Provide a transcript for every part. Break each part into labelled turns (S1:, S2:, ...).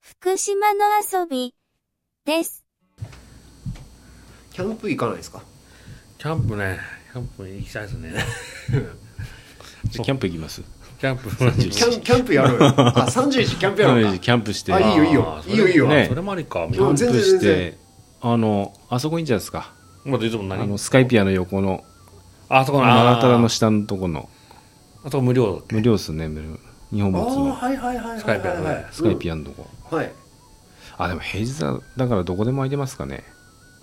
S1: 福島の遊びです。
S2: キャンプ行かないですか
S3: キャンプね、キャンプ行きたいです ね。
S4: キャンプ行きます
S3: キャンプ。
S4: 31
S2: キャンキャンプやろうよ。あ、31キャンプやろうか。
S4: キャンプして
S2: あ、いいよいいよ
S3: あ。ー
S2: いいよいいよ。
S3: それ
S4: ね
S3: それもありか。
S4: キャンプ
S2: 全然
S4: し
S2: 全
S4: てあのあそこいいんじゃないですか
S3: まだいつも
S4: あ
S3: 何
S4: のスカイピアの横の
S3: あそこの
S4: マ
S3: あ
S4: ラタラの
S3: あ
S4: 下のとこの
S3: そこ無料だっけ
S4: 無料っすね無料日本
S2: あ
S4: 物
S2: ー
S4: の
S2: はいはいはいはいはい。
S3: スカイピアノね
S4: スカイピ
S2: ア。
S4: アのとこ、
S2: はい。
S4: あでも平日だだからどこでも空いてますかね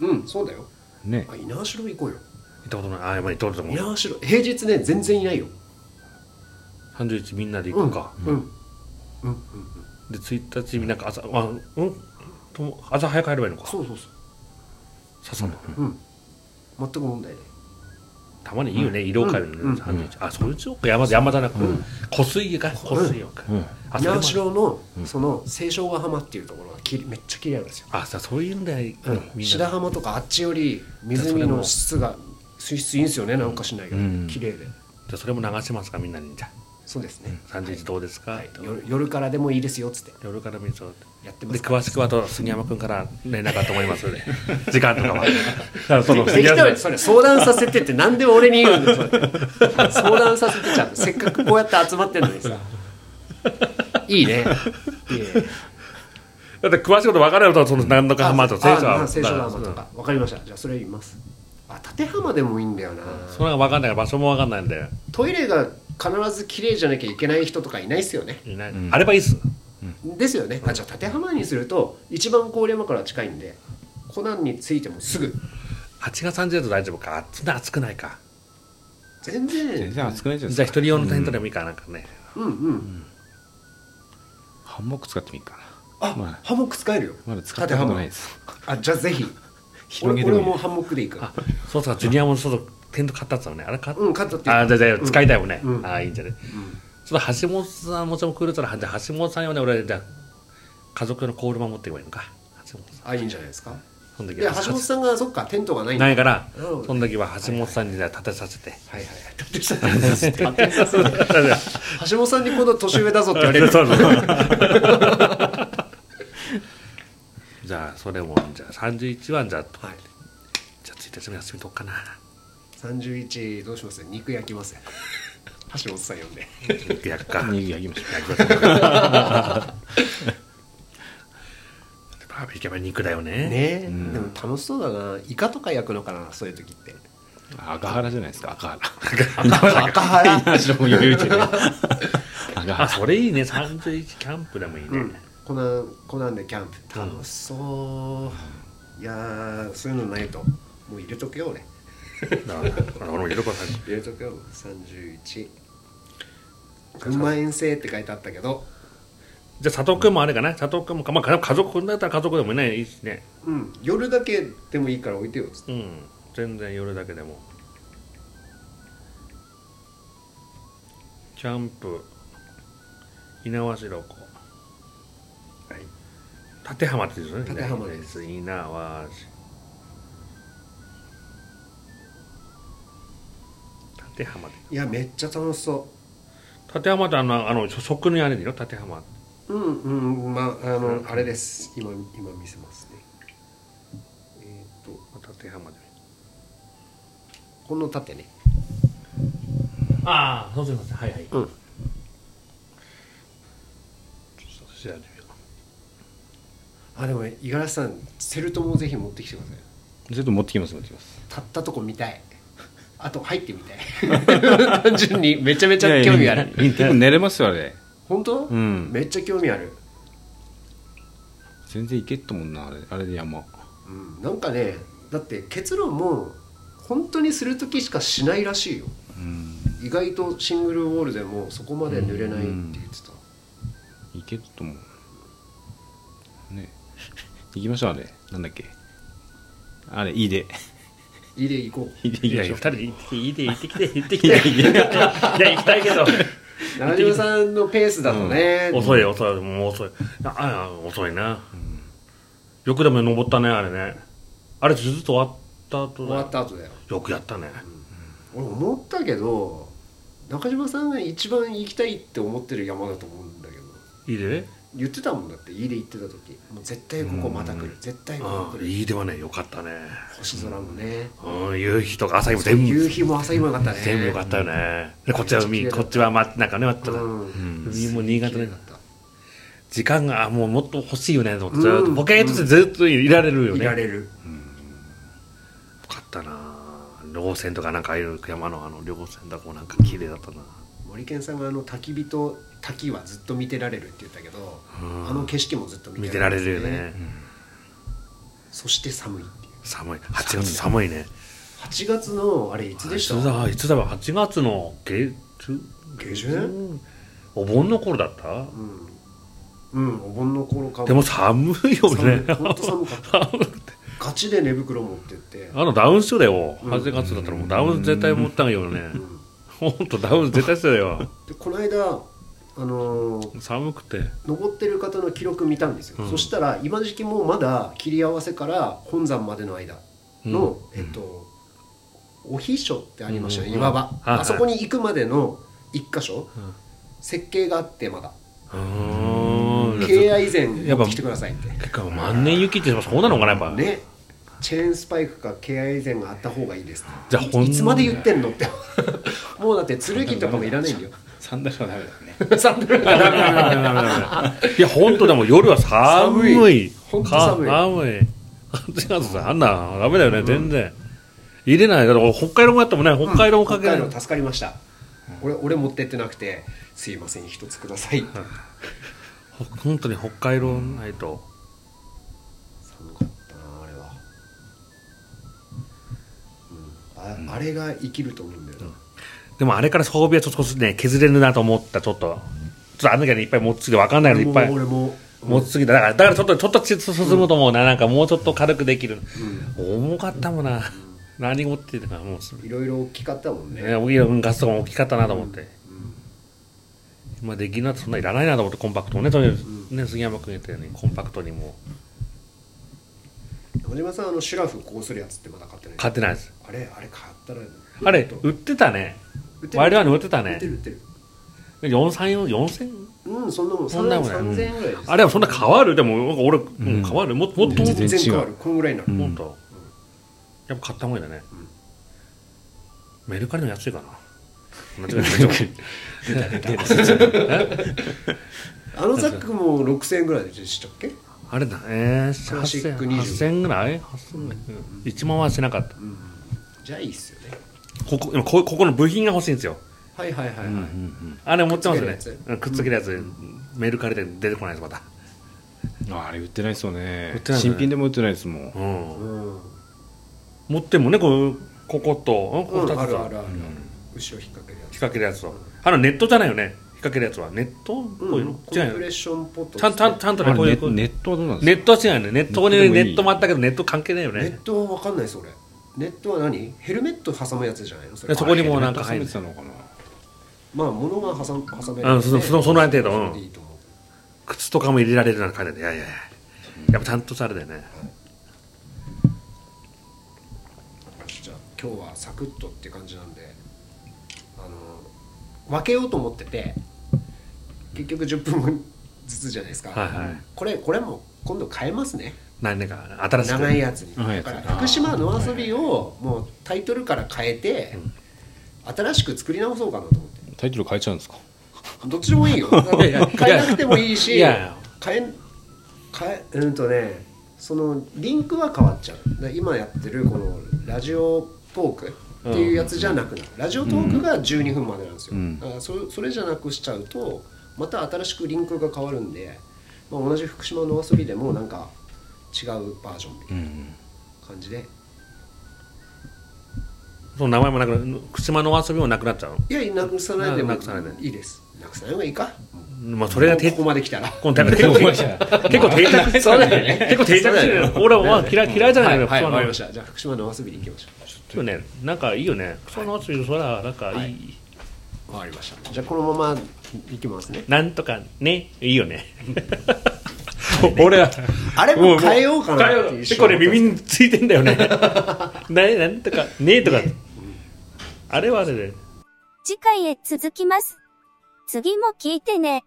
S2: うん、そうだよ。
S4: ね
S2: あ、稲城行こうよ。
S3: 行ったことない。あ、やっぱり行ったことない。
S2: 稲城、平日ね、全然いないよ。
S3: 31みんなで行くか。
S2: うん。うん。うん。うん。
S3: で、1日みんな朝、あ、うんとも朝早く帰ればいいのか。
S2: そうそうそ
S3: ささの。
S2: う。うん。全く問題ない。
S3: たまにいいよね、色を変えるの
S2: う
S3: ね
S2: ん
S3: 31。あ、それちょっと山田、山田なく、湖水か、湖水か。
S4: うん
S3: あ、それ
S2: 稲
S3: も
S2: 城の、その、清少ヶ浜っていうところがきれいめっちゃ綺麗なんですよ。
S3: あ、さそういうんだよ、みん
S2: 白
S3: な。
S2: 浜とかあっちより湖の質が水質いいんですよねなんかしないけど、
S4: うん
S2: 綺麗で
S3: じゃあそれも流しますか、みんなに。じゃ
S2: そうですね、
S3: あ、31どうですか
S2: はい、夜夜からでもいいですよっつって
S3: 夜から見ると。
S2: やってま
S3: です
S2: から
S3: 詳しくはあと杉山君から連絡だと思 いますので時間とかはその
S2: 適当にそれ相談させてって何で俺に言うんだよそれ相談させてちゃんと せっかくこうやって集まってんのにさいいねいいね
S3: だって詳しいこと分からないとその何とか浜と
S2: あ
S3: 聖書
S2: あ
S3: は
S2: 聖書ラマとかわかりましたじゃあそれ言いますあ立浜でもいいんだよな
S3: それが分かんないから場所も分かんないんで
S2: トイレが必ず綺麗じゃなきゃいけない人とかいないっすよね
S3: いない、あればいいっす
S2: ですよね、あじゃあ立浜にすると一番郡山から近いんでコナンについてもすぐ
S3: 8月30度大丈夫か暑な暑くないか
S2: 全
S4: 全
S2: 然
S4: 然暑くないじゃない
S3: じゃあ
S4: で
S3: 一
S4: すか
S3: 人用のテントでもいいかなんかね、
S2: うんうん
S4: ハンモック使ってもいいかな
S2: あ、
S4: まあ
S2: ハンモック使えるよ
S4: まだ使ったことないですす
S2: あじゃあぜひ
S4: 広
S2: 俺
S4: げてもい
S2: 俺
S4: い
S2: もハンモックでいいから
S3: あそうそうジュニアもそうそうテント買ったっつうのねあれ買っ
S2: うん買ったっていう
S3: あじゃあじゃあ使いたいもんね、
S2: うん
S3: あいいんじゃない、ちょっと橋本さんもちろん来るからじゃあ橋本さん用ね俺じゃあ家族用のコールマン持っていけばいいのか橋本さん
S2: あいいんじゃないですか
S3: その時
S2: で橋本さんがそっかテントがないんだ
S3: な
S2: はいい
S3: から
S2: なるほどね
S3: その時は橋本さんにじゃあ立てさせて
S2: はいはい立てさせて立てさせて橋本さんに今度年上だぞって言われる
S3: そうそうじゃあそれもじゃあ31はじゃあ
S2: はい
S3: じゃあ1日も休みとこうかな
S2: 31どうします肉焼きますよ橋本さん呼んで
S3: やるか
S4: 逃げやりましょ
S3: バーベキューは肉だよね
S2: ねえ、でも楽しそうだなイカとか焼くのかなそういう時って
S4: う赤原じゃないですか赤原
S2: 赤原
S4: 話も余裕でね赤
S3: あ
S4: 原
S3: それいいね31キャンプでもいいね、
S2: コナンコナンでキャンプ楽しそう、いやーそういうのないともう入れとけよ俺
S3: だから俺も喜ばさん
S2: 入れとけよ31群馬遠征って書いてあったけど
S3: じゃあ佐藤君もあれかな佐藤君もか、まあ、家族だったら家族でもいないしね
S2: うん夜だけでもいいから置いてよつって
S3: うん全然夜だけでもキャンプ猪苗代湖
S2: はい
S3: 立浜って言うんですよね
S2: 立浜です
S3: 猪苗代立浜で
S2: いやめっちゃ楽しそ
S3: 立浜ってあのあの食にあれでよ立浜
S2: ううんうんまああの、あれです今今見せますねえっ、と
S3: 立浜で
S2: この縦ね
S3: ああそうすいませんはいはいうんちょっと調べてみよ
S2: あでもね五十嵐さんセルトモをぜひ持ってきてください
S4: ちょっと持ってきます持ってきます
S2: 立ったとこ見たい あと入ってみたい 単純にめちゃめちゃ興味ある
S4: いやいや結構寝れますよあれ
S2: 本当、
S4: ん
S2: めっちゃ興味ある、
S4: 全然いけっともんなあれあれで山
S2: うん、なんかねだって結論も本当にする時しかしないらしいよ
S4: うん
S2: 意外とシングルウォールでもそこまで濡れないって言ってた、
S4: いけると思うね行きましょうあれなんだっけあれいいで
S2: いいで行こ
S4: いいで
S3: う
S4: 行
S3: い
S4: き
S3: や
S4: ま
S3: い
S4: し
S3: や二
S4: ょう
S3: 人で行っていいで行ってきて行ってきていや行きたいけど
S2: う中島さんのペースだとね、
S3: 遅い遅いもう遅いああ遅いな、よくでも登ったねあれねあれずっと終わった後
S2: 終
S3: だ
S2: わった後だよ
S3: よくやったね、
S2: 俺思ったけど中島さんが一番行きたいって思ってる山だと思うんだけど
S3: いいで
S2: 言ってたもんだって家で行ってた時もう絶対ここまた来る絶対ここ
S3: あ
S2: 来
S3: あ
S2: る
S3: いいではねよかったね
S2: 星空もね
S3: うん夕日とか朝日も全部
S2: 夕日も朝日もよかったね
S3: 全部よかったよねでこっちは
S2: め
S3: 海
S2: っちゃ綺麗だ
S3: こっちはまなんかねあった
S2: う
S3: だ
S2: ん
S3: 海も新潟
S2: 綺麗
S3: ね
S2: だった
S3: 時間があもうもっと欲しいよねと思って、
S2: うん
S3: ボケーっとしてずっといられるよ
S2: い
S3: ね
S2: ら
S3: よ
S2: れる
S3: かったな稜線とかなんかああいう山のあの稜線とかもなんか綺麗だったな
S2: 森健さんがあの焚き火と滝はずっと見てられるって言ったけど
S3: うん
S2: あの景色もずっと
S3: 見てられるよね
S2: そして寒いっていう
S3: 寒い8月寒いね
S2: 8月のあれいつで
S3: い
S2: し
S3: つ
S2: た
S3: だいつだろう8月の下
S2: 下旬
S3: お盆の頃だった、
S2: うんうんお盆の頃か
S3: でも寒いよね
S2: 寒いほんと寒かった
S3: 寒くて
S2: ガチで寝袋持ってって
S3: あのダウンしてだよ
S2: うん
S3: 8月だったらもうダウン絶対持ったんよね
S2: うん
S3: ほんとダウン絶対してだよ
S2: でこの間あのー
S3: 寒くて
S2: 登ってる方の記録見たんですよ、
S3: うん
S2: そしたら今時期もまだ切り合わせから本山までの間の、えっとお秘書ってありましたね、
S3: うん
S2: 岩場、
S3: はいはい
S2: あそこに行くまでの一箇所、
S3: ん
S2: 設計があってまだ
S3: うん
S2: 敬愛以前
S3: やっ
S2: 持っ
S3: ぱ
S2: てきてくださいって
S3: 結構万年雪ってそうなのかなやっぱ、
S2: ねチェーンスパイクか敬愛以前があった方がいいですって
S3: じゃあほん
S2: いつまで言ってんのって もうだって剣とかもいらないんだ よ
S4: サンダルはダメだね
S2: サンダル
S3: ダメダメダメダメダメいや本当でも夜は寒
S2: 寒
S3: い
S2: ほんと寒い
S3: 寒い8月さあんなダメだよね全然入れないだから北海道もやったもんね北海道もかけ
S2: 北
S3: ない
S2: 海道助かりました俺俺持ってってなくて「すいません一つください」って
S3: ほ本当に北海道ないと
S2: 寒かったなあれは、うん、ああれが生きると思うんだよな、
S3: でもあれから装備はちょっとね削れるなと思ったちょっとちょっとあの時はねいっぱい持ちすぎて分かんないからいっぱい
S2: もう俺も、
S3: 持ちすぎただからだからちょっとちょっとち進むと思うななんかもうちょっと軽くできる
S2: うん
S3: 重かったもんな何持ってたかもうす
S2: いろいろ大きかったもんね
S3: ね、大きいのガスとかも大きかったなと思って、今できるなってそんないらないなと思ってコンパクトをねとりあえず、ね杉山君言ったようにコンパクトにも
S2: 小島さんあのシュラフこうするやつってまだ買ってない
S3: 買ってないです
S2: あれあれ買ったら
S3: あれ売ってたねワイルドワンに売ってた
S2: 売
S3: ね
S2: ってる売ってる
S3: 434000
S2: うんそんなもん
S3: そんなもんね
S2: 3000円ぐらいです
S3: あれはそんな変わるでもなんか俺、うん
S4: ん
S3: 変わるもっともっともっと
S2: 全
S4: 全
S2: 然
S4: 然違う
S2: 変わるこんぐらいになる、
S3: 本当、やっぱ買った方がいいだね、メルカリの安いかな間違 えたえ
S2: あのザックも6000円ぐらいでしたっけ
S3: あれだえー、
S2: クラシック20
S3: 8000 8000ぐらい8000ぐらいうん1万はしなかった
S2: じゃあいいっすよね
S3: ここ今こここの部品が欲しいんですよ
S2: はいはいはいはい、
S3: あれ持ってます
S2: くっ
S3: ね
S2: つけるやつ
S3: うんくっつけるやつ、メルカリで出てこないですまた
S4: ああれ売ってないですよね
S3: 売ってないね
S4: 新品でも売ってないですもん
S3: うん
S2: うん
S3: 持ってもねこうこことこ
S2: う
S3: こ
S2: ん、
S3: 2
S2: あ
S3: つ
S2: るあ
S3: と
S2: るある、牛を引っ掛けるや
S3: 引
S2: つ
S3: っ掛けるやつとあのネットじゃないよね引っ掛けるやつはネットっぽいの、
S2: コ
S3: 違
S2: ンプ
S3: う
S2: レッ
S3: よ
S2: ションポット
S3: ちゃんちゃんちゃんとねこ
S4: あ
S3: うい
S4: れ
S3: うこう
S4: ネネットはどうなん
S3: ネ
S4: です
S3: ットは違うよねネットこに
S4: ネットで
S3: ネ
S4: もいい
S3: ットもあったけどネット関係ないよ
S2: ネッ
S3: ね
S2: トは分かんないそれネットは何ヘルメット挟むやつじゃないのそれ
S3: えそ
S4: か
S3: こにもなんか
S4: あ
S3: 入る
S4: れネット挟めてたのか
S2: まあ物が挟む挟め
S3: うんそのそのその辺程度うん
S2: それでいいと思う
S3: 靴とかも入れられるなんか書いてあるいやいやいややっぱちゃんとさあれだよね
S2: じゃあ今日はサクッとって感じなんであの分けようと思ってて結局10分分ずつじゃないですか、
S3: はいはい
S2: これこれも今度変えますね
S3: 何年か新しく
S2: 長いやつに
S4: 長い
S2: だ
S4: やつ
S2: から福島の遊びをもうタイトルから変えて新しく作り直そうかなと思って
S4: なタイトル変えちゃうんで すか
S2: どっちでもいいよ
S3: いや
S2: 変えなくてもいいし
S3: いやいや
S2: 変え変えうんとねそのリンクは変わっちゃうだから今やってるこのラジオトークっていうやつじゃなくなる、ラジオトークが12分までなんですよ、
S4: うん
S2: だからそそれじゃなくしちゃうとまた新しくリンクが変わるんで、まあ、同じ福島の遊びでもなんか違うバージョンみたい
S4: うん
S2: な感じで、
S3: その名前もなくなる福島の遊びもなくなっちゃう
S2: いやなくさないでも
S3: なくさないで
S2: いいですなくさない方がいいか
S3: まあそれが
S2: こ
S3: 定
S2: こまで来たら
S3: この結 構結構定 着
S2: そうだよね
S3: 結構定着してるよ俺はまあ嫌い嫌いじゃないのよ
S2: はい、
S3: 福島
S2: わ
S3: の
S2: かりましたじゃあ福島の遊びに行きましょ
S3: そうねなんかいいよね福島の遊びそらなんかいい
S2: うんわかりましたじゃあこのまま行きますね
S3: なんとかねいいよね俺は
S2: あれも変えようかなっていう
S3: 結構ね耳についてんだ よねななんとかねとかあれはあれで
S1: 次回へ続きます。次も聞いてね。